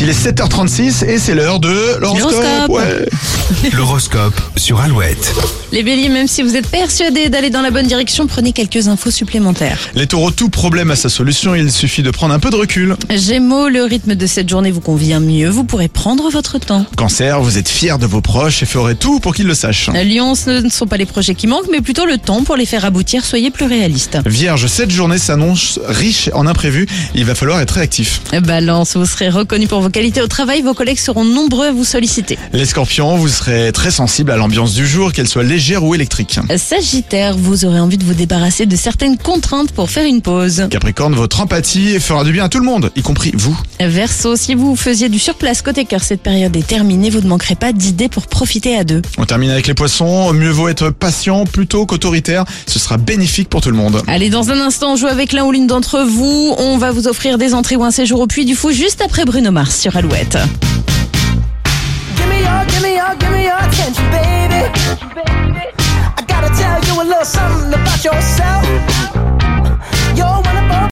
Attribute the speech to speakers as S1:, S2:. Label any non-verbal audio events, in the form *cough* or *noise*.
S1: Il est 7h36 et c'est l'heure de l'horoscope.
S2: L'horoscope.
S1: ouais.
S3: *laughs* L'horoscope sur Alouette.
S2: Les béliers, même si vous êtes persuadés d'aller dans la bonne direction, prenez quelques infos supplémentaires.
S1: Les taureaux, tout problème a sa solution, il suffit de prendre un peu de recul.
S2: Gémeaux, le rythme de cette journée vous convient mieux, vous pourrez prendre votre temps.
S1: Cancer, vous êtes fiers de vos proches et ferez tout pour qu'ils le sachent.
S2: Lyon, ce ne sont pas les projets qui manquent, mais plutôt le temps pour les faire aboutir, soyez plus réaliste.
S1: Vierge, cette journée s'annonce riche en imprévus, il va falloir être réactif.
S2: Balance, vous serez reconnu pour vos qualités au travail, vos collègues seront nombreux à vous solliciter.
S1: Les scorpions, vous serez très sensible à l'ambiance du jour, qu'elle soit légère ou électrique.
S2: Sagittaire, vous aurez envie de vous débarrasser de certaines contraintes pour faire une pause.
S1: Capricorne, votre empathie fera du bien à tout le monde, y compris vous.
S2: Verseau, si vous faisiez du surplace côté cœur, cette période est terminée, vous ne manquerez pas d'idées pour profiter à deux.
S1: On termine avec les poissons, mieux vaut être patient plutôt qu'autoritaire, ce sera bénéfique pour tout le monde.
S2: Allez, dans un instant, on joue avec l'un ou l'une d'entre vous. On va vous offrir des entrées ou un séjour au Puy du Fou juste après Bruno Mars sur Alouette.
S4: Give me your, give me your, give me your attention, baby. I gotta tell you a little something about yourself.